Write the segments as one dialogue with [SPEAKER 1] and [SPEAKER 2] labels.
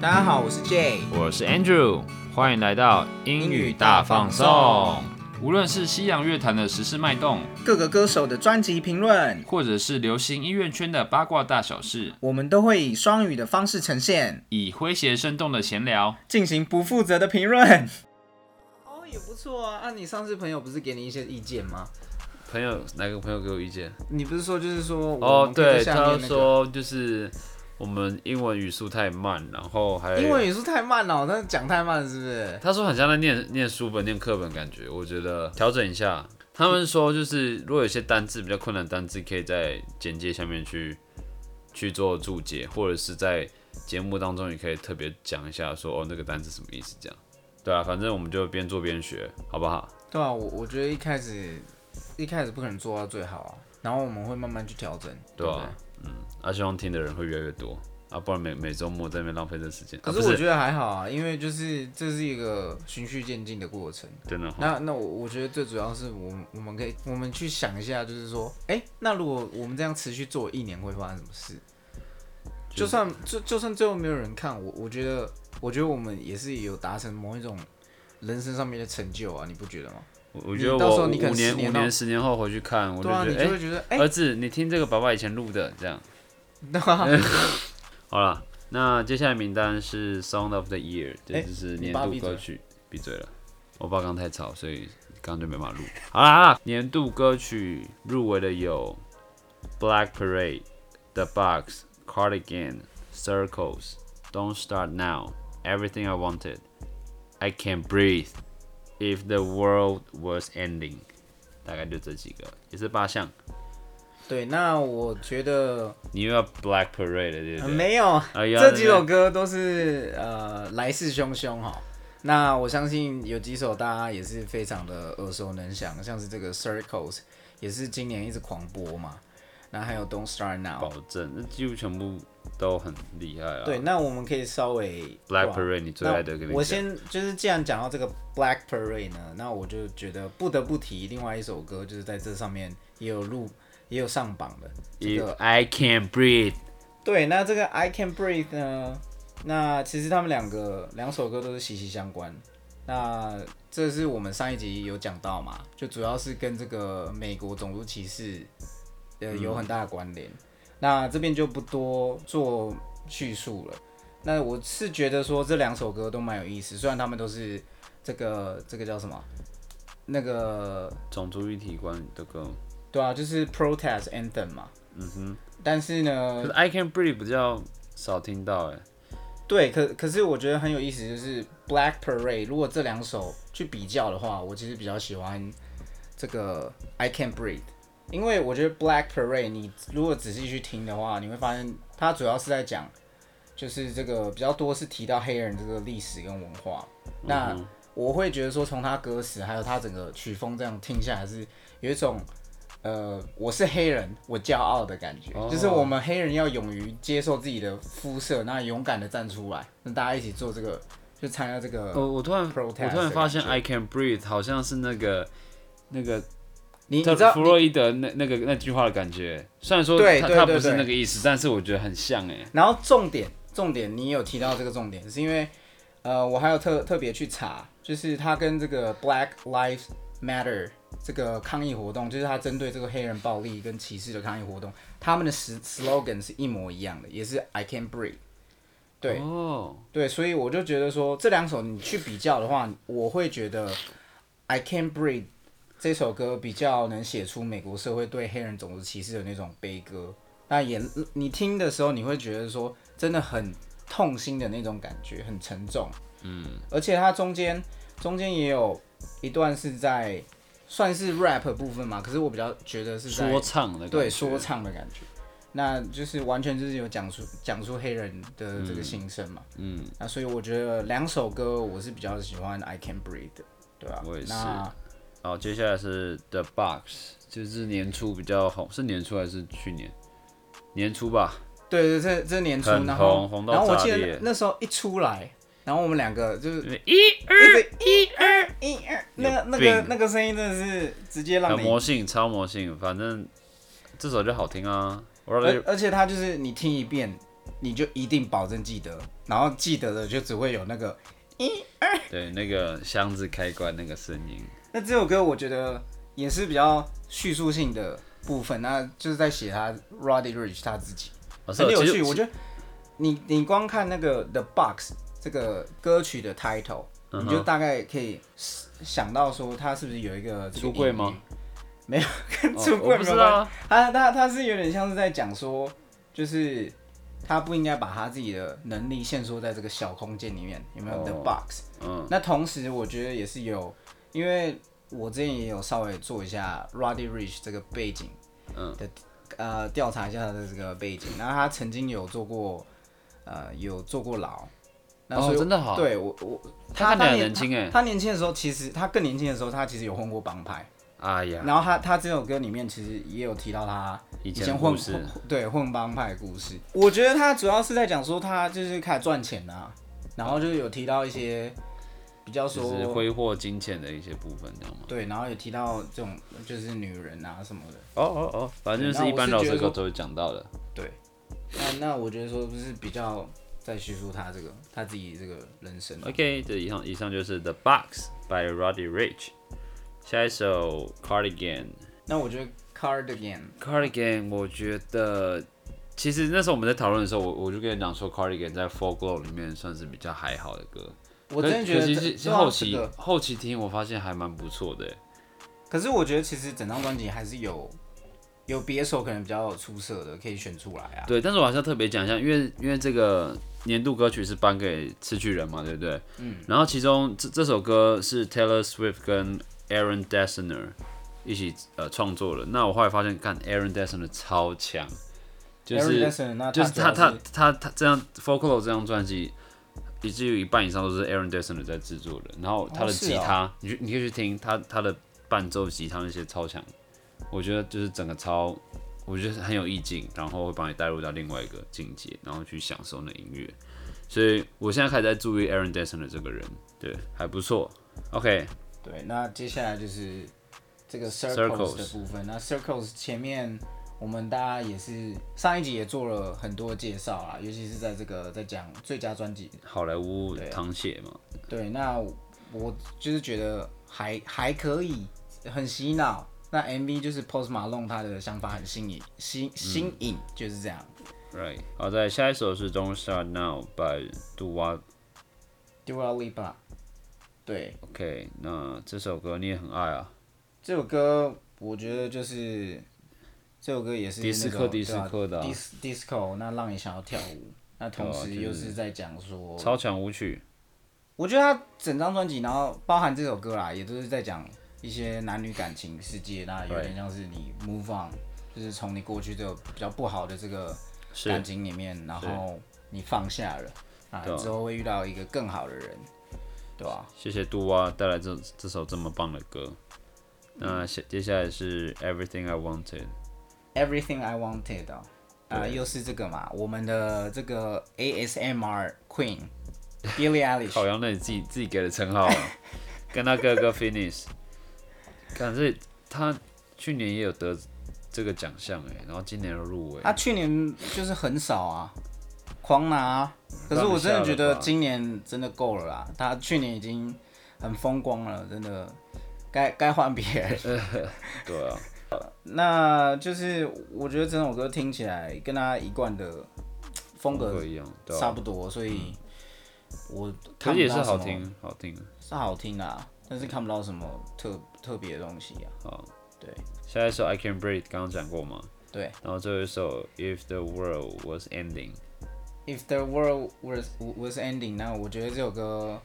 [SPEAKER 1] 大家好，我是 J。
[SPEAKER 2] 我是 Andrew，欢迎来到英语大放送。无论是西洋乐坛的时事脉动，
[SPEAKER 1] 各个歌手的专辑评论，
[SPEAKER 2] 或者是流行音乐圈的八卦大小事，
[SPEAKER 1] 我们都会以双语的方式呈现，
[SPEAKER 2] 以诙谐生动的闲聊，
[SPEAKER 1] 进行不负责的评论。哦，也不错啊。啊，你上次朋友不是给你一些意见吗？
[SPEAKER 3] 朋友哪个朋友给我意见？
[SPEAKER 1] 你不是说就是说我
[SPEAKER 3] 哦
[SPEAKER 1] 们，可以在
[SPEAKER 3] 对，
[SPEAKER 1] 下面
[SPEAKER 3] 他
[SPEAKER 1] 那个
[SPEAKER 3] 说就是我们英文语速太慢，然后还
[SPEAKER 1] 英文语速太慢了，那讲太慢了是不是？
[SPEAKER 3] 他说很像在念念书本、念课本感觉，我觉得调整一下。他们说就是如果有些单字比较困难的单字，可以在简介下面去去做注解，或者是在节目当中也可以特别讲一下说哦那个单字什么意思这样。对啊，反正我们就边做边学，好不好？
[SPEAKER 1] 对啊，我我觉得一开始一开始不可能做到最好啊，然后我们会慢慢去调整，
[SPEAKER 3] 对
[SPEAKER 1] 不
[SPEAKER 3] 啊，嗯，啊，希望听的人会越来越多啊，不然每每周末在那边浪费这时间。啊
[SPEAKER 1] 可
[SPEAKER 3] 不
[SPEAKER 1] 是我觉得还好啊，因为就是这是一个循序渐进的过程。
[SPEAKER 3] 真的哈，哦
[SPEAKER 1] 那那我我觉得最主要是我们我们可以我们去想一下，就是说，哎、那如果我们这样持续做一年，会发生什么事？就算就就算最后没有人看，我我觉得我觉得我们也是有达成某一种人生上面的成就啊，你不觉得吗？
[SPEAKER 3] 我我
[SPEAKER 1] 你
[SPEAKER 3] 觉得
[SPEAKER 1] 到时候
[SPEAKER 3] 我
[SPEAKER 1] 你可能
[SPEAKER 3] 五
[SPEAKER 1] 十
[SPEAKER 3] 年
[SPEAKER 1] 年
[SPEAKER 3] 五
[SPEAKER 1] 后
[SPEAKER 3] 年十年后回去看，我就
[SPEAKER 1] 对啊，
[SPEAKER 3] 觉
[SPEAKER 1] 你就
[SPEAKER 3] 得哎、
[SPEAKER 1] 会觉得哎，
[SPEAKER 3] 儿子，你听这个爸爸以前录的这样。
[SPEAKER 1] 对啊
[SPEAKER 3] 呃好了，那接下来名单是 Sound of the Year，这
[SPEAKER 1] 哎
[SPEAKER 3] 就是
[SPEAKER 1] 你
[SPEAKER 3] 年
[SPEAKER 1] 爸
[SPEAKER 3] 度
[SPEAKER 1] 闭嘴
[SPEAKER 3] 歌曲。闭嘴了，我爸刚太吵，所以刚刚就没办法录。好啦好啦，年度歌曲入围的有 Black Parade、The Box、Cardigan、Circles、Don't Start Now、Everything I Wanted、I Can't Breathe、If the World Was Ending，大概就这几个，也是八项。
[SPEAKER 1] 对，那我觉得、
[SPEAKER 3] 你又要 Black Parade 了，对
[SPEAKER 1] 呃
[SPEAKER 3] 不对？
[SPEAKER 1] 没有，
[SPEAKER 3] 哎呀
[SPEAKER 1] 这几首歌都是呃来势汹汹哈。那我相信有几首大家也是非常的耳熟能详，像是这个 Circles 也是今年一直狂播嘛。那还有 Don't Start
[SPEAKER 3] 保
[SPEAKER 1] Now。
[SPEAKER 3] 证，那几乎全部都很厉害啊。
[SPEAKER 1] 对，那我们可以稍微
[SPEAKER 3] Black
[SPEAKER 1] 哇
[SPEAKER 3] Parade 你最
[SPEAKER 1] 那
[SPEAKER 3] 爱的，给你
[SPEAKER 1] 我
[SPEAKER 3] 讲
[SPEAKER 1] 先就是，既然讲到这个 Black Parade 呢，那我就觉得不得不提另外一首歌，就是在这上面也有入也有上榜的这
[SPEAKER 3] If
[SPEAKER 1] 个
[SPEAKER 3] I Can Breathe，
[SPEAKER 1] 对，那这个 I Can Breathe 呢？那其实他们两个两首歌都是息息相关。那这是我们上一集有讲到嘛，就主要是跟这个美国种族歧视，呃，有很大的关联。那这边就不多做叙述了。那我是觉得说这两首歌都蛮有意思，虽然他们都是这个这个叫什么，那个
[SPEAKER 3] 种族一体观的歌。
[SPEAKER 1] 对啊，就是 protest anthem 嘛。嗯哼。但是呢
[SPEAKER 3] 可是，I Can Breathe 比较少听到哎，
[SPEAKER 1] 对，可可是我觉得很有意思，就是 Black Parade，如果这两首去比较的话，我其实比较喜欢这个 I Can Breathe，因为我觉得 Black Parade，你如果仔细去听的话，你会发现它主要是在讲，就是这个比较多是提到黑人这个历史跟文化。
[SPEAKER 3] 嗯
[SPEAKER 1] 那我会觉得说，从他歌词还有他整个曲风这样听下来，是有一种呃，我是黑人，我骄傲的感觉，
[SPEAKER 3] 哦
[SPEAKER 1] 就是我们黑人要勇于接受自己的肤色，那勇敢的站出来，那大家一起做这个，就参加这个。
[SPEAKER 3] 我我突然
[SPEAKER 1] Protest
[SPEAKER 3] 我突然发现
[SPEAKER 1] 的感
[SPEAKER 3] I Can Breathe 好像是那个那个
[SPEAKER 1] 你你
[SPEAKER 3] 特
[SPEAKER 1] 知道
[SPEAKER 3] 弗洛伊德那那个那句话的感觉，虽然说
[SPEAKER 1] 对
[SPEAKER 3] 他
[SPEAKER 1] 对
[SPEAKER 3] 他
[SPEAKER 1] 对
[SPEAKER 3] 不是
[SPEAKER 1] 对
[SPEAKER 3] 那个意思，但是我觉得很像哎。
[SPEAKER 1] 然后重点重点，你有提到这个重点，是因为呃，我还有特特别去查，就是他跟这个 Black Lives Matter 这个抗议活动，就是他针对这个黑人暴力跟歧视的抗议活动，他们的 s slogan 是一模一样的，也是 I can breathe。对
[SPEAKER 3] 哦，
[SPEAKER 1] 对，所以我就觉得说这两首你去比较的话，我会觉得 I can breathe 这首歌比较能写出美国社会对黑人种族歧视的那种悲歌。那也你听的时候，你会觉得说真的很痛心的那种感觉，很沉重。嗯，而且它中间中间也有一段是在算是 rap 的部分嘛，可是我比较觉得是在
[SPEAKER 3] 说唱的感觉
[SPEAKER 1] 对说唱的感觉，那就是完全就是有讲述讲述黑人的这个心声嘛。嗯，那所以我觉得两首歌我是比较喜欢《I Can Breathe》的，对吧、
[SPEAKER 3] 我也是
[SPEAKER 1] 那
[SPEAKER 3] 好，接下来是 The Box，就是年初比较红，是年初还是去年？年初吧。
[SPEAKER 1] 对对，这这年初，
[SPEAKER 3] 很
[SPEAKER 1] 然后
[SPEAKER 3] 红红到
[SPEAKER 1] 然后我
[SPEAKER 3] 炸
[SPEAKER 1] 记得
[SPEAKER 3] 裂
[SPEAKER 1] 那那时候一出来，然后我们两个就是
[SPEAKER 3] 一
[SPEAKER 1] 一直一二一二，那个那
[SPEAKER 3] 有
[SPEAKER 1] 个
[SPEAKER 3] 病
[SPEAKER 1] 那个声音真的是直接让
[SPEAKER 3] 很
[SPEAKER 1] 你
[SPEAKER 3] 魔性，超魔性，反正这首就好听啊。我让你
[SPEAKER 1] 哎而而且它就是你听一遍，你就一定保证记得，然后记得的就只会有那个
[SPEAKER 3] 对，那个箱子开关那个声音，
[SPEAKER 1] 那这首歌我觉得也是比较叙述性的部分，那就是在写他 Roddy Rich 他自己，
[SPEAKER 3] 哦是
[SPEAKER 1] 很哎
[SPEAKER 3] 哦
[SPEAKER 1] 有
[SPEAKER 3] 其实
[SPEAKER 1] 趣。我觉得你你光看那个 The Box 这个歌曲的 title，、
[SPEAKER 3] 嗯哼
[SPEAKER 1] 你就大概可以想到说他是不是有一个这个
[SPEAKER 3] 出柜吗
[SPEAKER 1] 隐喻？没有，跟
[SPEAKER 3] 哦
[SPEAKER 1] 出
[SPEAKER 3] 我
[SPEAKER 1] 柜没
[SPEAKER 3] 不知
[SPEAKER 1] 有
[SPEAKER 3] 道
[SPEAKER 1] 关系。
[SPEAKER 3] 啊，
[SPEAKER 1] 他他他是有点像是在讲说，就是他不应该把他自己的能力限缩在这个小空间里面，有没有
[SPEAKER 3] 哦
[SPEAKER 1] ？The Box。
[SPEAKER 3] 嗯，
[SPEAKER 1] 那同时，我觉得也是有，因为我之前也有稍微做一下 Roddy Rich 这个背景，
[SPEAKER 3] 嗯
[SPEAKER 1] 的呃调查一下他的这个背景。然后他曾经有做过，呃，有坐过牢。那
[SPEAKER 3] 哦
[SPEAKER 1] 所以
[SPEAKER 3] 真的好
[SPEAKER 1] 对我我
[SPEAKER 3] 他看起
[SPEAKER 1] 他
[SPEAKER 3] 来很
[SPEAKER 1] 年
[SPEAKER 3] 年轻哎
[SPEAKER 1] 他年轻的时候其实他更年轻的时候，他其实有混过帮派。
[SPEAKER 3] 哎呀，
[SPEAKER 1] 然后他他这首歌里面其实也有提到他
[SPEAKER 3] 以前的
[SPEAKER 1] 前混
[SPEAKER 3] 故事
[SPEAKER 1] 混对混帮派的故事。我觉得他主要是在讲说他就是开始赚钱啊，然后就是有提到一些比较
[SPEAKER 3] 就
[SPEAKER 1] 说
[SPEAKER 3] 是挥霍金钱的一些部分，这样吗？
[SPEAKER 1] 对，然后也提到这种就是女人啊什么的。
[SPEAKER 3] 哦哦哦，反正就是
[SPEAKER 1] 对
[SPEAKER 3] 一般
[SPEAKER 1] 那
[SPEAKER 3] 老
[SPEAKER 1] 我是觉
[SPEAKER 3] 师
[SPEAKER 1] 得说
[SPEAKER 3] 课都会讲到的。
[SPEAKER 1] 对，那那我觉得说就是比较在叙述他这个他自己这个人生。
[SPEAKER 3] OK，这以上以上就是 The Box by Roddy Rich。下一首 Cardigan。
[SPEAKER 1] 那我觉得 Cardigan
[SPEAKER 3] Cardigan，我觉得其实那时候我们在讨论的时候，我我就跟你讲说，Cardigan 在 Folklore 里面算是比较还好的歌。
[SPEAKER 1] 我真的觉得
[SPEAKER 3] 可可
[SPEAKER 1] 这
[SPEAKER 3] 是是
[SPEAKER 1] 对啊
[SPEAKER 3] 后
[SPEAKER 1] 这
[SPEAKER 3] 期、
[SPEAKER 1] 个
[SPEAKER 3] 后期听，我发现还蛮不错的。欸
[SPEAKER 1] 可是我觉得其实整张专辑还是有有别首可能比较出色的可以选出来啊。
[SPEAKER 3] 对，但是我还是要特别讲一下，因为因为这个年度歌曲是颁给词曲人嘛，对不对？嗯。然后其中这这首歌是 Taylor Swift 跟 Aaron Dessner 一起呃创作的。那我后来发现，看 Aaron Dessner 超强，就是
[SPEAKER 1] Eric Johnson，那
[SPEAKER 3] 就是
[SPEAKER 1] 主
[SPEAKER 3] 他
[SPEAKER 1] 要
[SPEAKER 3] 他他他这样 Folklore 这张专辑，以至于一半以上都是 Aaron Dessner 在制作的，然后他的
[SPEAKER 1] 哦是
[SPEAKER 3] 吉
[SPEAKER 1] 哦
[SPEAKER 3] 他，你去你可以去听他他的伴奏吉他那些超强，我觉得就是整个超，我觉得很有意境，然后会把你带入到另外一个境界，然后去享受那音乐，所以我现在开始在注意 Aaron Dessner 这个人，对，还不错。OK，
[SPEAKER 1] 对，那接下来就是这个
[SPEAKER 3] Circles
[SPEAKER 1] circles 的部分。那 circles 前面我们大家也是上一集也做了很多介绍啦，尤其是在这个在讲最佳专辑。
[SPEAKER 3] 好莱坞
[SPEAKER 1] 对啊
[SPEAKER 3] 淌血嘛，
[SPEAKER 1] 对，那我就是觉得还还可以，很洗脑。那 MV 就是 Post Malone 他的想法很新颖，新新颖就是这样。
[SPEAKER 3] Right，好，在下一首是 Don't Start Now by Dua
[SPEAKER 1] Dua Lipa，对
[SPEAKER 3] OK，那这首歌你也很爱啊，
[SPEAKER 1] 这首歌，我觉得就是这首歌也是
[SPEAKER 3] 迪斯科迪斯科的啊啊
[SPEAKER 1] d i s disco，那让你想要跳舞，那同时又是在讲说，
[SPEAKER 3] 超强舞曲。
[SPEAKER 1] 我觉得他整张专辑，然后包含这首歌啦，也都是在讲一些男女感情世界，那有点像是你 move on，就是从你过去这个比较不好的这个
[SPEAKER 3] 是
[SPEAKER 1] 感情里面，然后你放下了，啊，
[SPEAKER 3] 对啊
[SPEAKER 1] 之后会遇到一个更好的人，对吧、
[SPEAKER 3] 谢谢杜啊带来这这首这么棒的歌。那下接下来是 Everything I Wanted，
[SPEAKER 1] Everything I Wanted 啊、啊又是这个嘛，我们的这个 ASMR Queen Billie
[SPEAKER 3] 好
[SPEAKER 1] Eilish，
[SPEAKER 3] 像那你自己自己给的称号、啊，跟他哥哥 Finish。看这他去年也有得这个奖项哎，然后今年又入围。
[SPEAKER 1] 她去年就是很少啊，狂拿啊、可是我真的觉
[SPEAKER 3] 让你吓了
[SPEAKER 1] 得
[SPEAKER 3] 吧
[SPEAKER 1] 今年真的够了啦，她去年已经很风光了，真的该该换别人。
[SPEAKER 3] 呃对啊，
[SPEAKER 1] 那就是我觉得整首歌听起来跟她一贯的风
[SPEAKER 3] 风
[SPEAKER 1] 格
[SPEAKER 3] 格一样，对
[SPEAKER 1] 差
[SPEAKER 3] 啊。
[SPEAKER 1] 不多，所以我
[SPEAKER 3] 可
[SPEAKER 1] 看
[SPEAKER 3] 是
[SPEAKER 1] 不
[SPEAKER 3] 也是
[SPEAKER 1] 到什
[SPEAKER 3] 好
[SPEAKER 1] 么
[SPEAKER 3] 听，好听。
[SPEAKER 1] 是好听啊，但是看不到什么特特别的东西啊。
[SPEAKER 3] 好，
[SPEAKER 1] 对
[SPEAKER 3] 下一首 I Can Breathe 刚刚讲过嘛，
[SPEAKER 1] 对
[SPEAKER 3] 然后最后一首 If the World Was Ending。
[SPEAKER 1] ，If the world was was ending，那我觉得这首歌，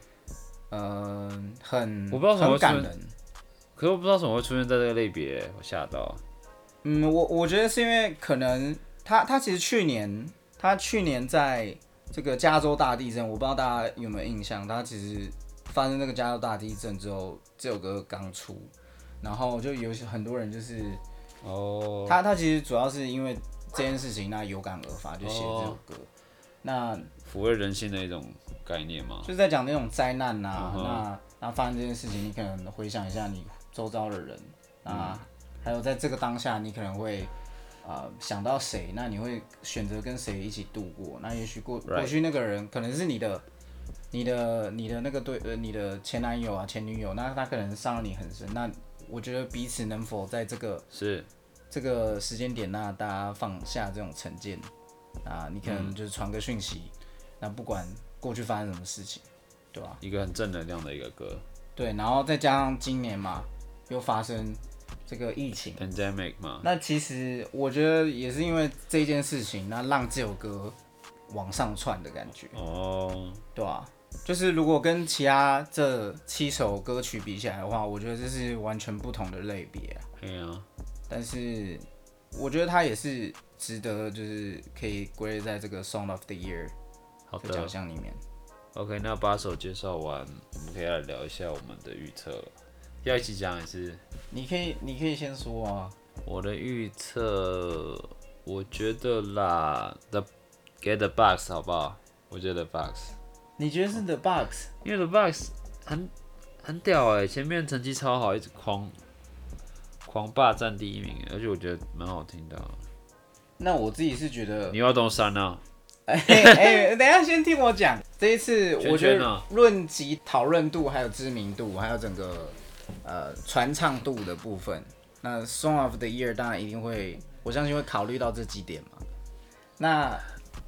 [SPEAKER 1] 呃，很
[SPEAKER 3] 我不知道为什么
[SPEAKER 1] 很
[SPEAKER 3] 会
[SPEAKER 1] 感
[SPEAKER 3] 出
[SPEAKER 1] 人。
[SPEAKER 3] 可是我不知道怎么会出现在这个类别，我吓到。啊
[SPEAKER 1] 嗯，我我觉得是因为可能他他其实去年他去年在这个加州大地震，我不知道大家有没有印象，他其实发生那个加州大地震之后，这首歌刚出，然后就有很多人就是
[SPEAKER 3] 哦，
[SPEAKER 1] 他他其实主要是因为这件事情，那有感而发就写这
[SPEAKER 3] 哦
[SPEAKER 1] 首歌。那
[SPEAKER 3] 抚慰人心的一种概念嘛。
[SPEAKER 1] 就是在讲那种灾难呐、
[SPEAKER 3] 嗯哼
[SPEAKER 1] 那那发生这件事情，你可能
[SPEAKER 3] 嗯
[SPEAKER 1] 回想一下你周遭的人啊，那还有在这个当下，你可能会呃想到谁，那你会选择跟谁一起度过？那也许过
[SPEAKER 3] Right
[SPEAKER 1] 过去那个人可能是你的。你的你的那个对呃你的前男友啊前女友，那他可能伤了你很深。那我觉得彼此能否在这个
[SPEAKER 3] 是
[SPEAKER 1] 这个时间点，那大家放下这种成见啊，你可
[SPEAKER 3] 嗯
[SPEAKER 1] 能就是传个讯息，那不管过去发生什么事情，对吧、
[SPEAKER 3] 一个很正能量的一个歌
[SPEAKER 1] 对，然后再加上今年嘛，又发生这个疫情，
[SPEAKER 3] ，Pandemic 嘛，
[SPEAKER 1] 那其实我觉得也是因为这件事情，那让这首歌往上窜的感觉，
[SPEAKER 3] 哦，
[SPEAKER 1] 对吧、就是如果跟其他这七首歌曲比起来的话，我觉得这是完全不同的类别啊、
[SPEAKER 3] 哎呀，
[SPEAKER 1] 但是我觉得它也是值得，就是可以归类在这个 Song of the Year
[SPEAKER 3] 好
[SPEAKER 1] 这奖
[SPEAKER 3] 的
[SPEAKER 1] 项里面。
[SPEAKER 3] ，OK，那把手介绍完，我们可以来聊一下我们的预测了。要一起讲也是
[SPEAKER 1] 你可以，你可以先说啊。
[SPEAKER 3] 我的预测，我觉得啦，The Get the Box 好不好？我觉得 The Box，
[SPEAKER 1] 你觉得是 The Box？
[SPEAKER 3] 因为 The Box 很很屌哎、前面成绩超好，一直狂狂霸占第一名欸，而且我觉得蛮好听的啊。
[SPEAKER 1] 那我自己是觉得
[SPEAKER 3] 你，要懂山啊？
[SPEAKER 1] 哎哎，等一下先听我讲。这一次
[SPEAKER 3] 圈
[SPEAKER 1] 我觉
[SPEAKER 3] 圈
[SPEAKER 1] 得
[SPEAKER 3] 啊
[SPEAKER 1] 论及讨论度、还有知名度、还有整个呃传唱度的部分，那 Song of the Year 当然一定会，我相信会考虑到这几点嘛。那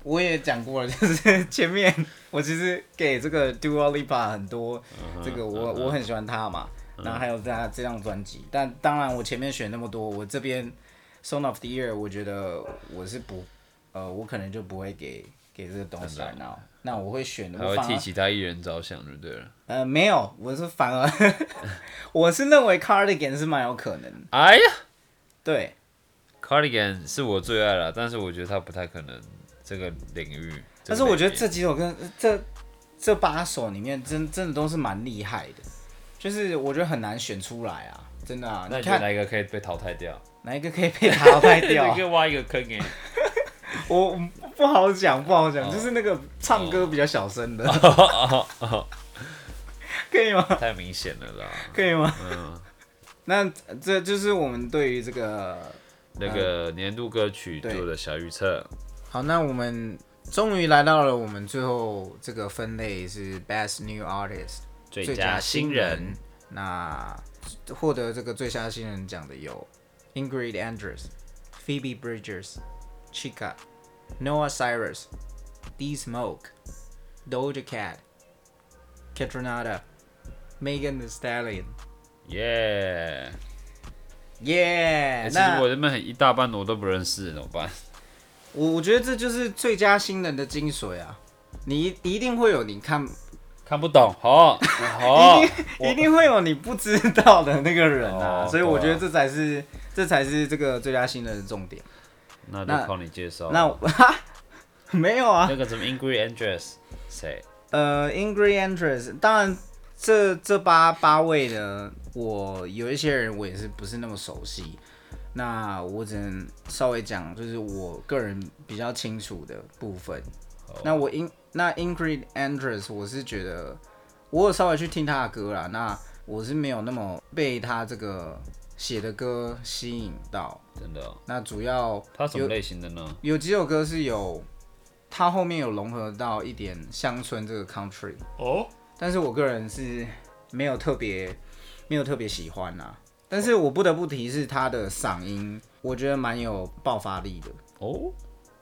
[SPEAKER 1] 我也讲过了，就是 前面我其实给这个 Dua Lipa 很多，
[SPEAKER 3] 嗯
[SPEAKER 1] 这个我我很喜欢他嘛，然后还有他这张专辑，但当然我前面选那么多，我这边 Song of the Year 我觉得我是不，呃，我可能就不会给给这个东西 right now，那我会选，
[SPEAKER 3] 还
[SPEAKER 1] 我
[SPEAKER 3] 会
[SPEAKER 1] 反
[SPEAKER 3] 替
[SPEAKER 1] 而
[SPEAKER 3] 其他艺人着想就对了。
[SPEAKER 1] 呃没有，我是反而 我是认为 Cardigan 是蛮有可能，
[SPEAKER 3] 哎呀
[SPEAKER 1] 对，
[SPEAKER 3] ，Cardigan 是我最爱了，但是我觉得他不太可能这个领域。
[SPEAKER 1] 但是我觉得
[SPEAKER 3] 这
[SPEAKER 1] 这
[SPEAKER 3] 个
[SPEAKER 1] 几首歌，呃这这八首里面真真的都是蛮厉害的，就是我觉得很难选出来啊，真的啊。
[SPEAKER 3] 领域那你觉得
[SPEAKER 1] 看
[SPEAKER 3] 哪一个可以被淘汰掉？
[SPEAKER 1] 哪一个可以被淘汰掉
[SPEAKER 3] 你
[SPEAKER 1] 啊
[SPEAKER 3] 可以？挖一个坑 欸给你。
[SPEAKER 1] 我我不好讲，不好
[SPEAKER 3] 哦
[SPEAKER 1] 讲，就是那个唱歌比较小声的，可以吗？
[SPEAKER 3] 太明显了啦。
[SPEAKER 1] 可以吗？
[SPEAKER 3] 嗯，
[SPEAKER 1] 那呃这就是我们对于这个
[SPEAKER 3] 那
[SPEAKER 1] 嗯
[SPEAKER 3] 个年度歌曲
[SPEAKER 1] 对
[SPEAKER 3] 做的小预测，
[SPEAKER 1] 好，那我们终于来到了我们最后这个分类是 Best New Artist。
[SPEAKER 3] 最佳新人。。
[SPEAKER 1] 那获得这个最佳新人奖的有 Ingrid Andrews、Phoebe Bridgers、Chica、Noah Cyrus、D Smoke、Doja Cat、Catronada、Megan Thee Stallion。
[SPEAKER 3] 耶！
[SPEAKER 1] 耶、
[SPEAKER 3] 欸其实
[SPEAKER 1] 哎那
[SPEAKER 3] 我原本很一大半我都不认识，怎么办？
[SPEAKER 1] 我我觉得这就是最佳新人的精髓啊！你一一定会有你看，
[SPEAKER 3] 看不懂， 好， 好，
[SPEAKER 1] 一定会有你不知道的那个人啊，
[SPEAKER 3] 哦
[SPEAKER 1] 所以我觉得
[SPEAKER 3] 懂
[SPEAKER 1] 这才是这才是这个最佳新人的重点。
[SPEAKER 3] 那
[SPEAKER 1] 那
[SPEAKER 3] 就靠你介绍。
[SPEAKER 1] 那我哈，没有啊
[SPEAKER 3] 那，个什么 Ingrid Andress 谁？
[SPEAKER 1] 呃，Ingrid Andress，当然这这八八位呢，我有一些人我也是不是那么熟悉，那我只能稍微讲，就是我个人比较清楚的部分。那我 In 那 Ingrid Andress，我是觉得我有稍微去听她的歌啦，那我是没有那么被她这个写的歌吸引到。
[SPEAKER 3] 真的哦，
[SPEAKER 1] 那主要
[SPEAKER 3] 他什么类型的呢？
[SPEAKER 1] 有几首歌是有，它后面有融合到一点乡村这个 country
[SPEAKER 3] 哦，
[SPEAKER 1] 但是我个人是没有特别没有特别喜欢啦、但是我不得不提是他的嗓音，我觉得蛮有爆发力的，
[SPEAKER 3] 哦，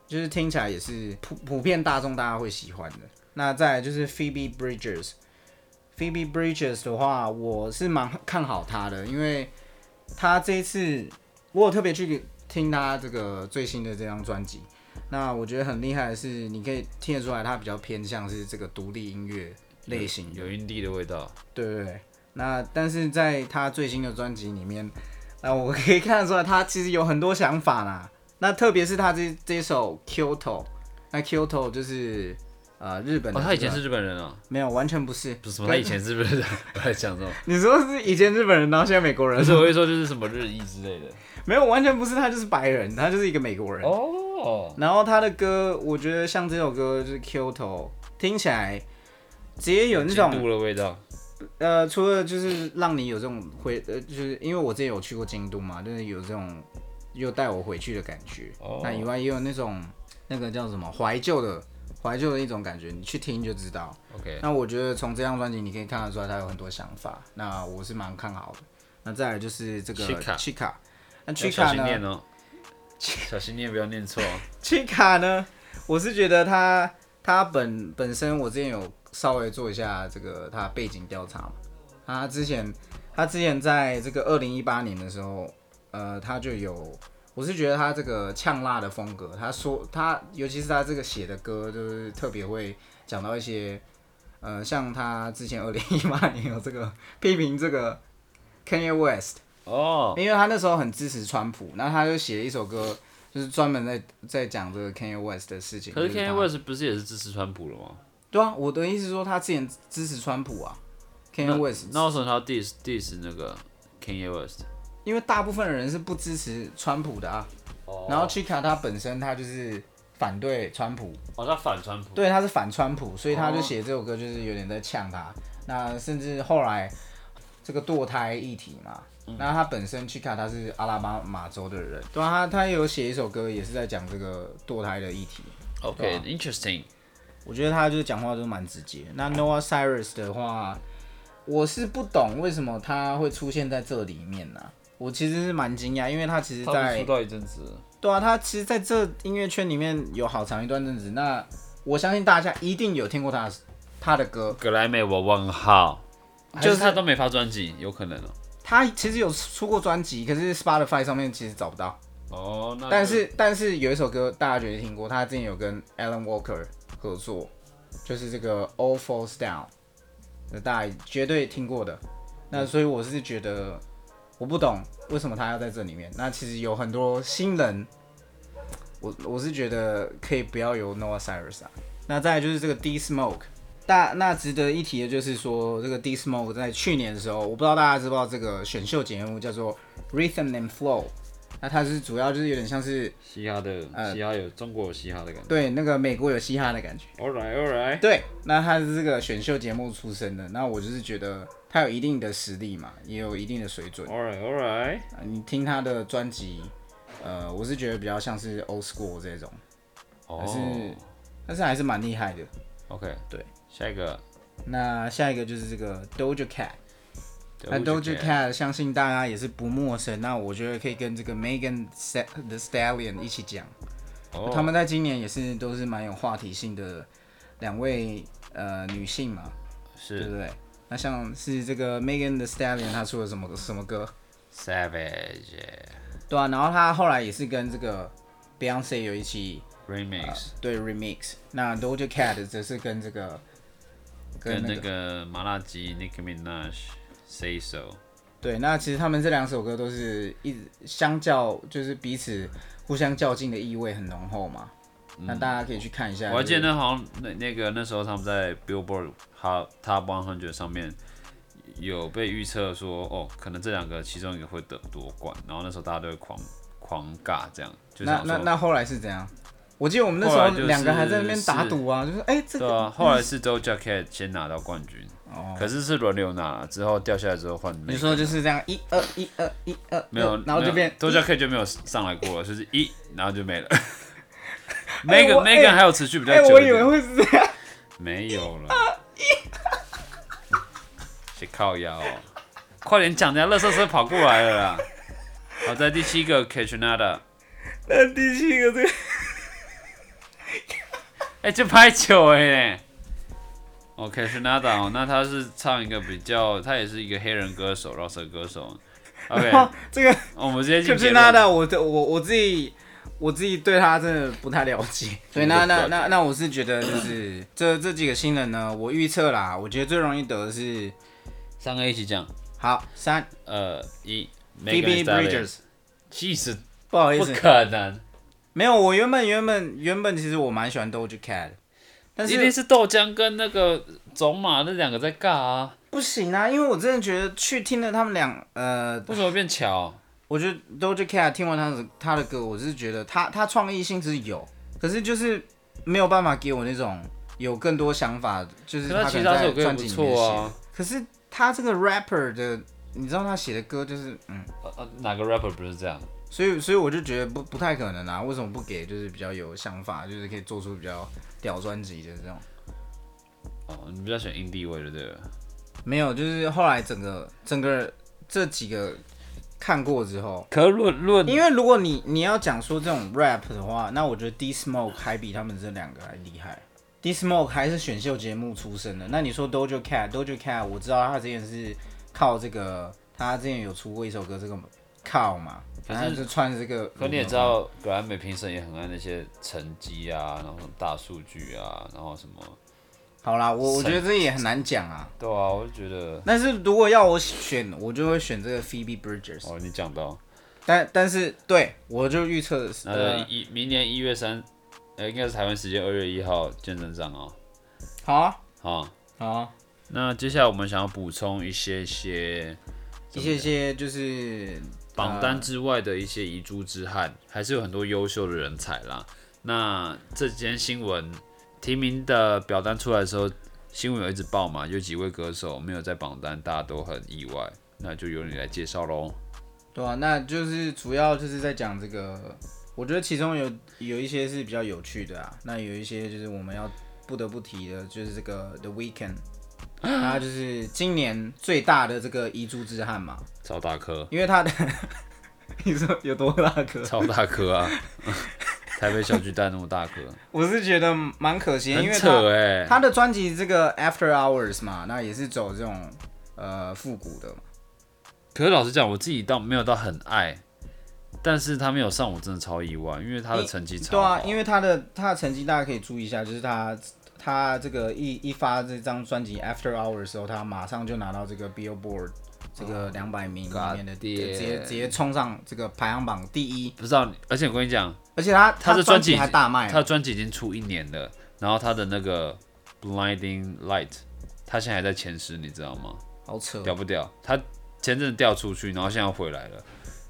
[SPEAKER 1] 就是听起来也是普普遍大众大家会喜欢的。那再来就是 Phoebe Bridgers。Phoebe Bridgers 的话，我是蛮看好她的，因为她这一次我有特别去听她这个最新的这张专辑。那我觉得很厉害的是，你可以听得出来，她比较偏向是这个独立音乐类型的
[SPEAKER 3] 有印地的味道。
[SPEAKER 1] 对对对，那但是在他最新的专辑里面，那我可以看得出来，他其实有很多想法啦。那特别是他这这首 Kyoto，那 Kyoto 就是呃日本的、
[SPEAKER 3] 哦，他以前是日本人啊？
[SPEAKER 1] 没有，完全不是。
[SPEAKER 3] 不是什么？他以前是不是不 太讲这种？
[SPEAKER 1] 你说是以前日本人，然后现在美国人
[SPEAKER 3] 可是？我会说就是什么日裔之类的。
[SPEAKER 1] 没有，完全不是，他就是白人，他就是一个美国人。
[SPEAKER 3] 哦，
[SPEAKER 1] 然后他的歌，我觉得像这首歌就是 Kyoto，听起来直接有那种
[SPEAKER 3] 京都的味道。
[SPEAKER 1] 呃，除了就是让你有这种回呃，就是因为我之前有去过京都嘛，就是有这种又带我回去的感觉。
[SPEAKER 2] 哦
[SPEAKER 1] 那以外也有那种那个叫什么怀旧的怀旧的一种感觉，你去听就知道。
[SPEAKER 3] OK，
[SPEAKER 1] 那我觉得从这张专辑你可以看得出来，他有很多想法。那我是蛮看好的。那再来就是这个
[SPEAKER 3] Chica
[SPEAKER 1] Chica，那
[SPEAKER 3] 要小
[SPEAKER 1] Chica
[SPEAKER 3] 心念
[SPEAKER 1] 呢
[SPEAKER 3] 哦，小心念，不要念错哦。
[SPEAKER 1] ？Chica 呢？我是觉得他他本本身我之前有稍微做一下这个他背景调查嘛。他之前他之前在这个二零一八年的时候，呃，他就有。我是觉得他这个呛辣的风格，他说他尤其是他这个写的歌，就是特别会讲到一些，呃，像他之前二零一八年有这个批评这个 Kanye West，
[SPEAKER 3] 哦，
[SPEAKER 1] 因为他那时候很支持川普，那他就写了一首歌，就是专门在在讲这个 Kanye West 的事情。
[SPEAKER 3] 可是
[SPEAKER 1] 就是他
[SPEAKER 3] Kanye West 不是也是支持川普了吗？
[SPEAKER 1] 对啊，我的意思是说他之前支持川普啊，Kanye West，
[SPEAKER 3] 那为什么他要 diss diss 那个 Kanye West？
[SPEAKER 1] 因为大部分的人是不支持川普的啊。然后 Chica 他本身他就是反对川普，
[SPEAKER 3] 哦，他反川普。
[SPEAKER 1] 对，他是反川普，所以
[SPEAKER 3] 哦
[SPEAKER 1] 他就写这首歌就是有点在呛他。那甚至后来这个堕胎议题嘛，
[SPEAKER 3] 嗯
[SPEAKER 1] 那他本身 Chica 他是阿拉巴马州的人，对啊，他他也有写一首歌也是在讲这个堕胎的议题。对啊
[SPEAKER 3] OK，interesting、
[SPEAKER 1] 我觉得他就是讲话都蛮直接。那 Noah Cyrus 的话，我是不懂为什么他会出现在这里面呢、我其实是蛮惊讶，因为他其实在
[SPEAKER 3] 道一阵子了，
[SPEAKER 1] 对啊，他其实在这音乐圈里面有好长一段日子。那我相信大家一定有听过他的他的歌，
[SPEAKER 3] 格莱美我问号，
[SPEAKER 1] 就
[SPEAKER 3] 就是是他都没发专辑，有可能哦。
[SPEAKER 1] 他其实有出过专辑，可是 Spotify 上面其实找不到。
[SPEAKER 3] 哦，那
[SPEAKER 1] 但是但是有一首歌大家绝对听过，他之前有跟 Alan Walker 合作，就是这个 All Falls Down，那大家绝对听过的。那所以我是觉得我不懂为什么他要在这里面。那其实有很多新人，我我是觉得可以不要有 Noah Cyrus 啊。那再来就是这个 D Smoke。大那值得一提的就是说，这个 D Smoke 在去年的时候，我不知道大家知不知道这个选秀节目叫做 Rhythm and Flow，那它是主要就是有点像是
[SPEAKER 3] 嘻哈的，嘻哈有中国有嘻哈的感觉。
[SPEAKER 1] 呃对那个美国有嘻哈的感觉。
[SPEAKER 3] All right, all right。
[SPEAKER 1] 对，那他是这个选秀节目出身的，那我就是觉得他有一定的实力嘛，也有一定的水准。
[SPEAKER 3] Alright, alright，
[SPEAKER 1] 啊你听他的专辑，呃，我是觉得比较像是 old school 这种，
[SPEAKER 3] 哦
[SPEAKER 1] 是但是还是蛮厉害的。
[SPEAKER 3] ，OK，
[SPEAKER 1] 对，
[SPEAKER 3] 下一个，
[SPEAKER 1] 那下一个就是这个 Doja Cat。那 Doja
[SPEAKER 3] Doja
[SPEAKER 1] Cat 相信大家也是不陌生，那我觉得可以跟这个 Megan 呃 The Stallion 一起讲，
[SPEAKER 3] 哦
[SPEAKER 1] 他们在今年也是都是蛮有话题性的两位呃女性嘛，对
[SPEAKER 3] 是
[SPEAKER 1] 不对？那像是这个 Megan The Stallion 她出了什么什么歌？
[SPEAKER 3] Savage
[SPEAKER 1] 对啊，然后她后来也是跟这个 Beyonce 有一起
[SPEAKER 3] Remix，
[SPEAKER 1] 对 remix，那 Doja Cat 则是跟这个
[SPEAKER 3] 跟
[SPEAKER 1] 那
[SPEAKER 3] 那个麻辣鸡 Nicki Minaj Say So。
[SPEAKER 1] 对，那其实他们这两首歌都是一直相较，就是彼此互相较劲的意味很浓厚嘛。那大家可以去看一下。
[SPEAKER 3] 嗯我还记得
[SPEAKER 1] 就是
[SPEAKER 3] 那好像那那个那时候他们在 Billboard Hot Top 100上面有被预测说，哦，可能这两个其中一个会得夺冠，然后那时候大家都会狂狂尬这样，就
[SPEAKER 1] 那
[SPEAKER 3] 想
[SPEAKER 1] 那
[SPEAKER 3] 说，
[SPEAKER 1] 那后来是怎样？我记得我们那时
[SPEAKER 3] 后
[SPEAKER 1] 候
[SPEAKER 3] 来就是
[SPEAKER 1] 两个还在那边打赌啊，就是哎、这
[SPEAKER 3] 对
[SPEAKER 1] 个、
[SPEAKER 3] 啊，后来是 Doja Cat 先拿到冠军，
[SPEAKER 1] 哦，
[SPEAKER 3] 可是是轮流拿，之后掉下来之后换那个。
[SPEAKER 1] 你说就是这样一二一二一二，
[SPEAKER 3] 没有，
[SPEAKER 1] 然后就变
[SPEAKER 3] 没有 Doja Cat 就没有上来过了，就是一，然后就没了。
[SPEAKER 1] 哎
[SPEAKER 3] Megan
[SPEAKER 1] 我哎
[SPEAKER 3] Megan 还有持续比较
[SPEAKER 1] 哎、
[SPEAKER 3] 久
[SPEAKER 1] 我
[SPEAKER 3] 一
[SPEAKER 1] 以为
[SPEAKER 3] 点，
[SPEAKER 1] 会是这样，
[SPEAKER 3] 没有了。谁靠腰哦？快点讲，人家垃圾车跑过来了啦。好在第七个 c a t r i n a d a
[SPEAKER 1] 那第七个这个
[SPEAKER 3] 哎，这拍球哎。哦 c a t r i n a d a 哦，那他是唱一个比较，他也是一个黑人歌手，饶舌歌手。OK，
[SPEAKER 1] 哇， 这个
[SPEAKER 3] 哦我们直接
[SPEAKER 1] 就
[SPEAKER 3] 进
[SPEAKER 1] 是
[SPEAKER 3] 结
[SPEAKER 1] 那
[SPEAKER 3] 论。
[SPEAKER 1] 那我的我我自己我自己对他真的不太了解， 所以那
[SPEAKER 3] 不了
[SPEAKER 1] 那
[SPEAKER 3] 解
[SPEAKER 1] 那那我是觉得就是 这这几个新人呢，我预测啦，我觉得最容易得的是
[SPEAKER 3] 三个一起讲，
[SPEAKER 1] 好三
[SPEAKER 3] 呃，一
[SPEAKER 1] B B
[SPEAKER 3] Megan Stallion，
[SPEAKER 1] Bridges，
[SPEAKER 3] Jesus，
[SPEAKER 1] 不好意
[SPEAKER 3] 不
[SPEAKER 1] 思，
[SPEAKER 3] 可能。
[SPEAKER 1] 没有，我原本原本原本其实我蛮喜欢 Doja Cat，的但
[SPEAKER 3] 一定
[SPEAKER 1] 是
[SPEAKER 3] 是豆浆跟那个种马那两个在尬啊，
[SPEAKER 1] 不行啊，因为我真的觉得去听了他们俩呃，
[SPEAKER 3] 为什么变巧？
[SPEAKER 1] 我觉得 Doja Cat 啊听完他的他的歌，我是觉得他他创意性是有，可是就是没有办法给我那种有更多想法，就是
[SPEAKER 3] 可是他
[SPEAKER 1] 可
[SPEAKER 3] 其
[SPEAKER 1] 能
[SPEAKER 3] 他
[SPEAKER 1] 在
[SPEAKER 3] 首歌也
[SPEAKER 1] 专
[SPEAKER 3] 不
[SPEAKER 1] 辑里面写
[SPEAKER 3] 错
[SPEAKER 1] 的
[SPEAKER 3] 啊。。
[SPEAKER 1] 可是他这个 rapper 的，你知道他写的歌就是嗯，
[SPEAKER 3] 呃呃，哪个 rapper 不是这样？
[SPEAKER 1] 所以所以我就觉得不不太可能啊，为什么不给就是比较有想法，就是可以做出比较屌专辑的这种？
[SPEAKER 3] 哦，你比较喜欢 indie 味的对了。
[SPEAKER 1] 没有，就是后来整个整个这几个看过之后，
[SPEAKER 3] 可论论
[SPEAKER 1] 因为如果你你要讲说这种 rap 的话，那我觉得 D Smoke 还比他们这两个还厉害。D Smoke 还是选秀节目出身的，那你说 Doja Cat，Doja Cat，我知道他之前是靠这个，他之前有出过一首歌，这个靠嘛，
[SPEAKER 3] 可是
[SPEAKER 1] 反正就穿着这个。嗯
[SPEAKER 3] 可你也知，道，格莱美评审也很爱那些成绩啊，然后什么大数据啊，然后什么。
[SPEAKER 1] 好啦，我我觉得这也很难讲啊。
[SPEAKER 3] 对啊，我就觉得
[SPEAKER 1] 但是如果要我选，我就会选这个 Phoebe Bridgers，
[SPEAKER 3] 哦，你讲到，
[SPEAKER 1] 但但是对我就预测的是，呃
[SPEAKER 3] 那一明年一月三，呃，应该是台湾时间二月一号见证上哦。
[SPEAKER 1] 好啊
[SPEAKER 3] 好，
[SPEAKER 1] 好啊，
[SPEAKER 3] 那接下来我们想要补充一些些
[SPEAKER 1] 一些些就是
[SPEAKER 3] 榜单之外的一些遗珠之憾，还是有很多优秀的人才啦。那这几天新闻提名的表单出来的时候，新闻有一直报嘛，有几位歌手没有在榜单，大家都很意外。那就由你来介绍喽。
[SPEAKER 1] 对啊，那就是主要就是在讲这个，我觉得其中有有一些是比较有趣的啊，那有一些就是我们要不得不提的，就是这个 The Weeknd，他就是今年最大的这个遗珠之憾嘛，
[SPEAKER 3] 超大 颗，
[SPEAKER 1] 因为他的 你说有多大颗？
[SPEAKER 3] 超大颗啊！ 台北小巨蛋那么大颗，
[SPEAKER 1] 我是觉得蛮可惜的，因
[SPEAKER 3] 很
[SPEAKER 1] 为
[SPEAKER 3] 扯
[SPEAKER 1] 他
[SPEAKER 3] 哎、
[SPEAKER 1] 他的专辑这个 After Hours 嘛，那也是走这种呃复古的嘛，
[SPEAKER 3] 可是老实讲，我自己倒没有到很爱，但是他没有上，我真的超意外，因为他的成绩超
[SPEAKER 1] 对
[SPEAKER 3] 好。
[SPEAKER 1] 啊，因为他的他的成绩大家可以注意一下，就是他他这个一一发这张专辑 After Hour 的时候，他马上就拿到这个 Billboard 这个两百名里面的，
[SPEAKER 3] 哦 God
[SPEAKER 1] 直接
[SPEAKER 3] damn
[SPEAKER 1] 直接冲上这个排行榜第一，
[SPEAKER 3] 不知道，而且我跟你讲，
[SPEAKER 1] 而且他
[SPEAKER 3] 他的
[SPEAKER 1] 专
[SPEAKER 3] 专辑
[SPEAKER 1] 还大卖啊
[SPEAKER 3] 他的专辑已经出一年了，然后他的那个 Blinding Light，他现在还在前十，你知道吗？
[SPEAKER 1] 好扯。
[SPEAKER 3] 屌不屌？他前阵子掉出去，然后现在回来了，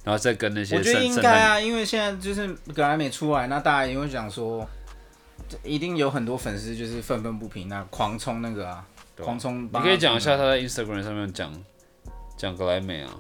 [SPEAKER 3] 然后再跟那些
[SPEAKER 1] 我觉得
[SPEAKER 3] 圣
[SPEAKER 1] 应
[SPEAKER 3] 圣
[SPEAKER 1] 该
[SPEAKER 3] 诞
[SPEAKER 1] 啊，因为现在就是格莱美出来，那大家也会想说，这一定有很多粉丝就是愤愤不平，那狂冲那个啊，
[SPEAKER 3] 对啊
[SPEAKER 1] 狂冲帮他冲
[SPEAKER 3] 你
[SPEAKER 1] 啊。
[SPEAKER 3] 可以讲一下他在 Instagram 上面讲讲格莱美啊，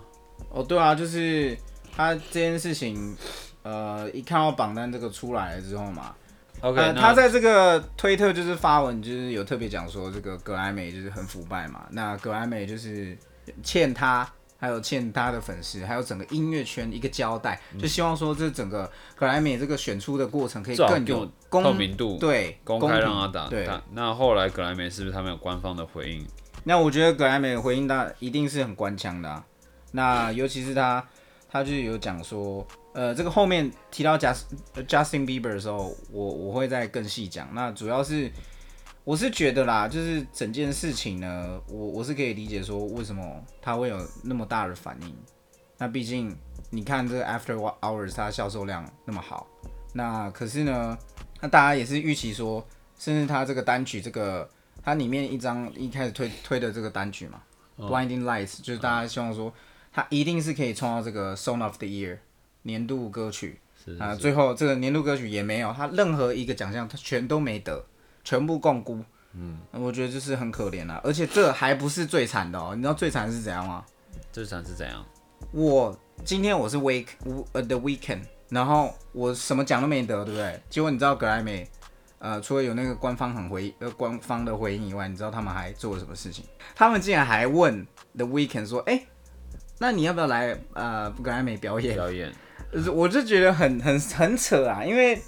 [SPEAKER 1] 哦，对啊，就是他这件事情，呃，一看到榜单这个出来了之后嘛
[SPEAKER 3] OK，
[SPEAKER 1] 呃
[SPEAKER 3] 那
[SPEAKER 1] 他在这个推特就是发文，就是有特别讲说这个格莱美就是很腐败嘛，那格莱美就是欠他。还有欠他的粉丝，还有整个音乐圈一个交代，就希望说这整个格莱美这个选出的过程可以
[SPEAKER 3] 最好
[SPEAKER 1] 更有
[SPEAKER 3] 更
[SPEAKER 1] 公
[SPEAKER 3] 透明度
[SPEAKER 1] 对
[SPEAKER 3] 公
[SPEAKER 1] 平
[SPEAKER 3] 开让他打
[SPEAKER 1] 对。
[SPEAKER 3] 打。那后来格莱美是不是他们有官方的回应？
[SPEAKER 1] 那我觉得格莱美的回应他一定是很官腔的、啊，那尤其是他，他就是有讲说，呃，这个后面提到 Just Justin Bieber 的时候，我我会再更细讲。那主要是我是觉得啦，就是整件事情呢，我我是可以理解说为什么他会有那么大的反应。那毕竟你看这个 After Hours 它销售量那么好，那可是呢，那大家也是预期说，甚至他这个单曲这个它里面一张一开始推推的这个单曲嘛、b
[SPEAKER 3] 哦
[SPEAKER 1] l i n d i n g Lights，就是大家希望说它一定是可以冲到这个 Song of the Year 年度歌曲
[SPEAKER 3] 是
[SPEAKER 1] 啊、最后这个年度歌曲也没有，它任何一个奖项它全都没得，全部共估。嗯，我觉得就是很可怜啊，而且这还不是最惨的哦，你知道最惨是怎样吗？
[SPEAKER 3] 这场是怎样？
[SPEAKER 1] 我今天我是 Week 呃 The Weekend，然后我什么奖都没得，对不对？结果你知道格莱美，呃，除了有那个官方很回呃官方的回应以外，你知道他们还做了什么事情？他们竟然还问 The Weekend 说，哎、那你要不要来呃格莱美表演？
[SPEAKER 3] 表演
[SPEAKER 1] 就是我就觉得很很很扯啊，因为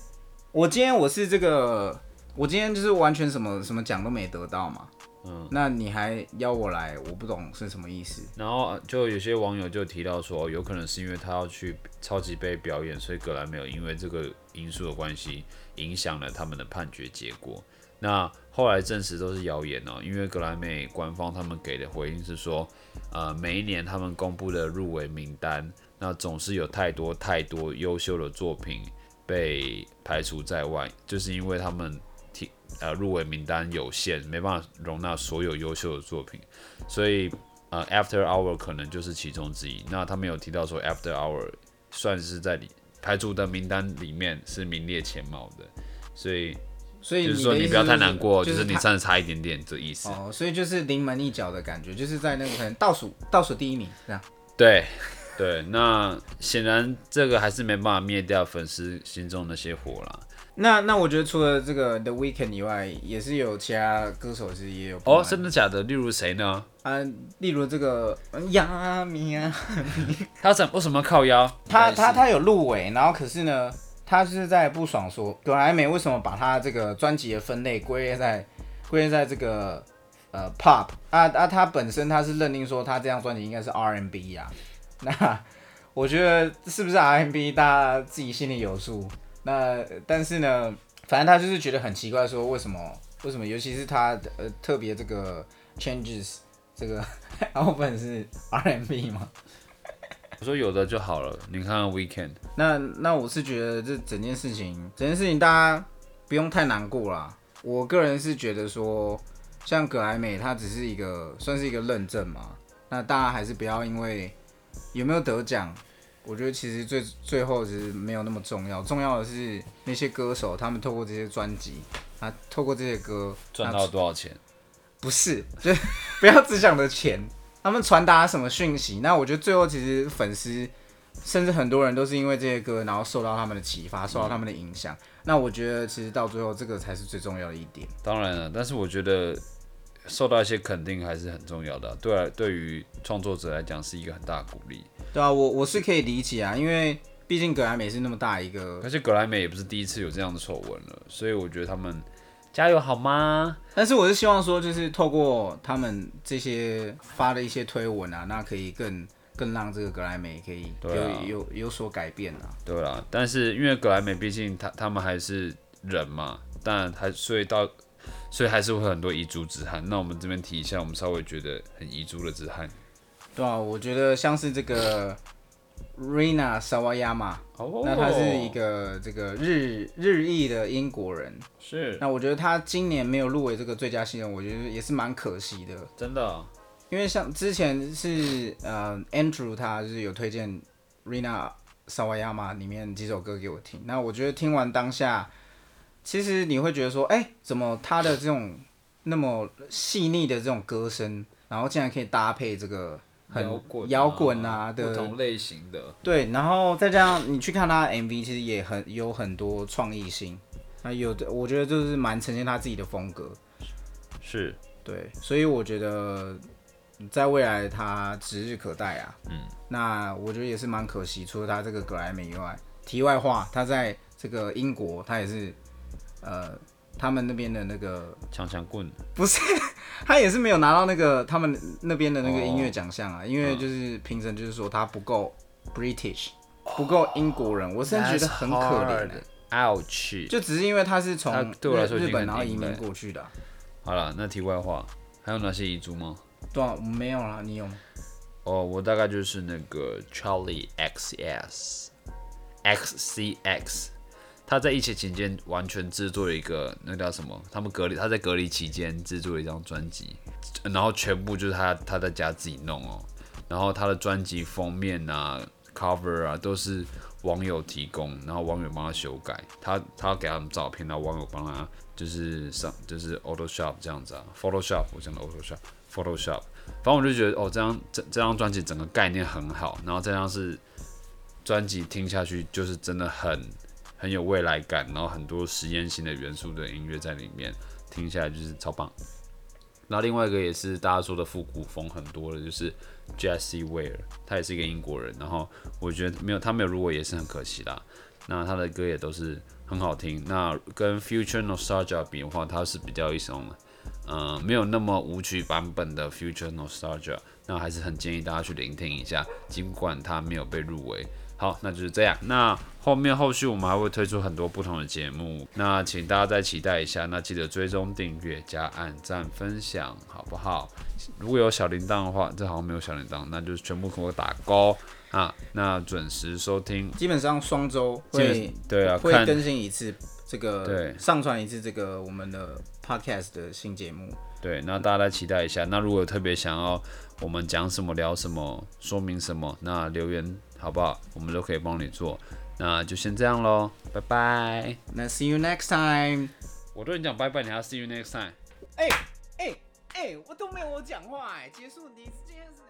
[SPEAKER 1] 我今天我是这个，我今天就是完全什么什么奖都没得到嘛，嗯，那你还要我来，我不懂是什么意思。
[SPEAKER 3] 然后就有些网友就提到说，有可能是因为他要去超级杯表演，所以格莱美有因为这个因素的关系，影响了他们的判决结果。那后来证实都是谣言哦，因为格莱美官方他们给的回应是说，呃，每一年他们公布的入围名单，那总是有太多太多优秀的作品被排除在外，就是因为他们提呃入围名单有限，没办法容纳所有优秀的作品，所以呃 After Hour 可能就是其中之一。那他们有提到说 After Hour 算是在里排除的名单里面是名列前茅的，所以
[SPEAKER 1] 所以
[SPEAKER 3] 就是说
[SPEAKER 1] 的意
[SPEAKER 3] 你
[SPEAKER 1] 思
[SPEAKER 3] 不要太难过，
[SPEAKER 1] 就
[SPEAKER 3] 就是你
[SPEAKER 1] 他
[SPEAKER 3] 算是差一点点这意思。
[SPEAKER 1] 哦哦，所以就是临门一脚的感觉，就是在那个可能倒数倒数第一名这样。
[SPEAKER 3] 对，对，那显然这个还是没办法灭掉粉丝心中那些火啦。
[SPEAKER 1] 那那我觉得除了这个 The Weeknd 以外，也是有其他歌手是也有不
[SPEAKER 3] 哦，
[SPEAKER 1] 满
[SPEAKER 3] 真的假的？例如谁呢？
[SPEAKER 1] 啊，例如这个亚米啊，
[SPEAKER 3] 他怎为什么靠腰？
[SPEAKER 1] 他
[SPEAKER 3] 应该
[SPEAKER 1] 他
[SPEAKER 3] 是
[SPEAKER 1] 他有入围，然后可是呢，他是在不爽说格莱美为什么把他这个专辑的分类归类在归类在这个呃 pop 啊啊，他本身他是认定说他这张专辑应该是 R&B 啊， 那我觉得是不是 R&B 大家自己心里有数。那但是呢，反正他就是觉得很奇怪，说为什么为什么，尤其是他的呃特别这个 changes 这个 album 是 R&B 吗？
[SPEAKER 3] 我说有的就好了。你看看 Weekend，
[SPEAKER 1] 那那我是觉得这整件事情，整件事情大家不用太难过啦。我个人是觉得说，像葛莱美，它只是一个算是一个认证嘛。那大家还是不要因为有没有得奖，我觉得其实最最后其实没有那么重要，重要的是那些歌手他们透过这些专辑，啊，透过这些歌
[SPEAKER 3] 赚
[SPEAKER 1] 那
[SPEAKER 3] 到多少钱？
[SPEAKER 1] 不是， 就不要只想着钱，他们传达什么讯息？那我觉得最后其实粉丝，甚至很多人都是因为这些歌，然后受到他们的启发，受到他们的影响。那我觉得其实到最后，这个才是最重要的一点。
[SPEAKER 3] 当然了，但是我觉得受到一些肯定还是很重要的啊，对啊对于创作者来讲是一个很大的鼓励。
[SPEAKER 1] 对啊，我我是可以理解啊，因为毕竟葛莱美是那么大一个，
[SPEAKER 3] 而且格莱美也不是第一次有这样的丑闻了，所以我觉得他们加油好吗？
[SPEAKER 1] 但是我是希望说，就是透过他们这些发的一些推文啊，那可以更更让这个葛莱美可以有、
[SPEAKER 3] 对啊
[SPEAKER 1] 有有所改变啊。
[SPEAKER 3] 对啦，但是因为格莱美毕竟他他们还是人嘛，但还所以到所以还是会有很多遗珠之憾。那我们这边提一下，我们稍微觉得很遗珠的之憾。
[SPEAKER 1] 对啊，我觉得像是这个 Rina Sawayama，
[SPEAKER 3] 哦
[SPEAKER 1] 那他是一个这个日日裔的英国人。
[SPEAKER 3] 是
[SPEAKER 1] 那我觉得他今年没有入围这个最佳新人，我觉得也是蛮可惜的。
[SPEAKER 3] 真的哦
[SPEAKER 1] 因为像之前是呃 Andrew 他就是有推荐 Rina Sawayama 里面几首歌给我听，那我觉得听完当下，其实你会觉得说，哎、怎么他的这种那么细腻的这种歌声，然后竟然可以搭配这个很
[SPEAKER 3] 啊
[SPEAKER 1] 摇滚啊的
[SPEAKER 3] 不同类型的，
[SPEAKER 1] 对，然后再加上你去看他的 MV，其实也很有很多创意性，那有的我觉得就是蛮呈现他自己的风格，
[SPEAKER 3] 是
[SPEAKER 1] 对，所以我觉得在未来他指日可待啊，嗯，那我觉得也是蛮可惜，除了他这个格莱美以外，题外话，他在这个英国，他也是呃他们那边的那个，
[SPEAKER 3] 强强棍。
[SPEAKER 1] 他也是没有拿到那个他们那边的那个音乐奖项
[SPEAKER 3] 哦
[SPEAKER 1] 啊，因为就是评审就是说他不够 British。不够英国人，我真的觉得很可怜、欸。
[SPEAKER 3] Ouch！
[SPEAKER 1] 就只是因为他是从
[SPEAKER 3] 他
[SPEAKER 1] 日
[SPEAKER 3] 对我来说已
[SPEAKER 1] 日
[SPEAKER 3] 经
[SPEAKER 1] 本
[SPEAKER 3] 很
[SPEAKER 1] 然后移
[SPEAKER 3] 硬了
[SPEAKER 1] 民过去的啊、
[SPEAKER 3] 好了，那题外话，还有哪些遗珠吗？
[SPEAKER 1] 对啊，我没有啦，你有吗？
[SPEAKER 3] 哦，我大概就是那个 Charlie XS XCX，他在疫情期间完全制作了一个那叫什么？他们隔离，他在隔离期间制作了一张专辑，然后全部就是他他在家自己弄哦，然后他的专辑封面啊、cover 啊都是网友提供，然后网友帮他修改，他他给他们照片，然后网友帮他就是上就是 Photoshop 这样子啊，Photoshop 我讲的 Photoshop。Photoshop，反正我就觉得哦，这张这这张专辑整个概念很好，然后这张是专辑听下去就是真的很很有未来感，然后很多实验性的元素的音乐在里面，听下来就是超棒。然后另外一个也是大家说的复古风很多的，就是 Jesse Ware，他也是一个英国人，然后我觉得没有他没有入围也是很可惜啦。那他的歌也都是很好听，那跟 Future Nostalgia 比的话，他是比较一种呃，没有那么舞曲版本的 Future Nostalgia，那还是很建议大家去聆听一下，尽管它没有被入围。好，那就是这样。那后面后续我们还会推出很多不同的节目，那请大家再期待一下。那记得追踪、订阅、加按赞、分享，好不好？如果有小铃铛的话，这好像没有小铃铛，那就是全部给我打勾啊。那准时收听，
[SPEAKER 1] 基本上双周
[SPEAKER 3] 基
[SPEAKER 1] 会
[SPEAKER 3] 本对啊，
[SPEAKER 1] 会
[SPEAKER 3] 看
[SPEAKER 1] 更新一次这个，
[SPEAKER 3] 对
[SPEAKER 1] 上传一次这个我们的 podcast 的新节目。
[SPEAKER 3] 对，那大家来期待一下。那如果有特别想要我们讲什么、聊什么、说明什么，那留言好不好？我们都可以帮你做。那就先这样喽，拜拜。
[SPEAKER 1] 那 see you next time。
[SPEAKER 3] 我都已经讲拜拜，
[SPEAKER 1] 哎
[SPEAKER 3] 你还要 see you next time。
[SPEAKER 1] 哎哎哎，我都没有我讲话哎、结束你今天是。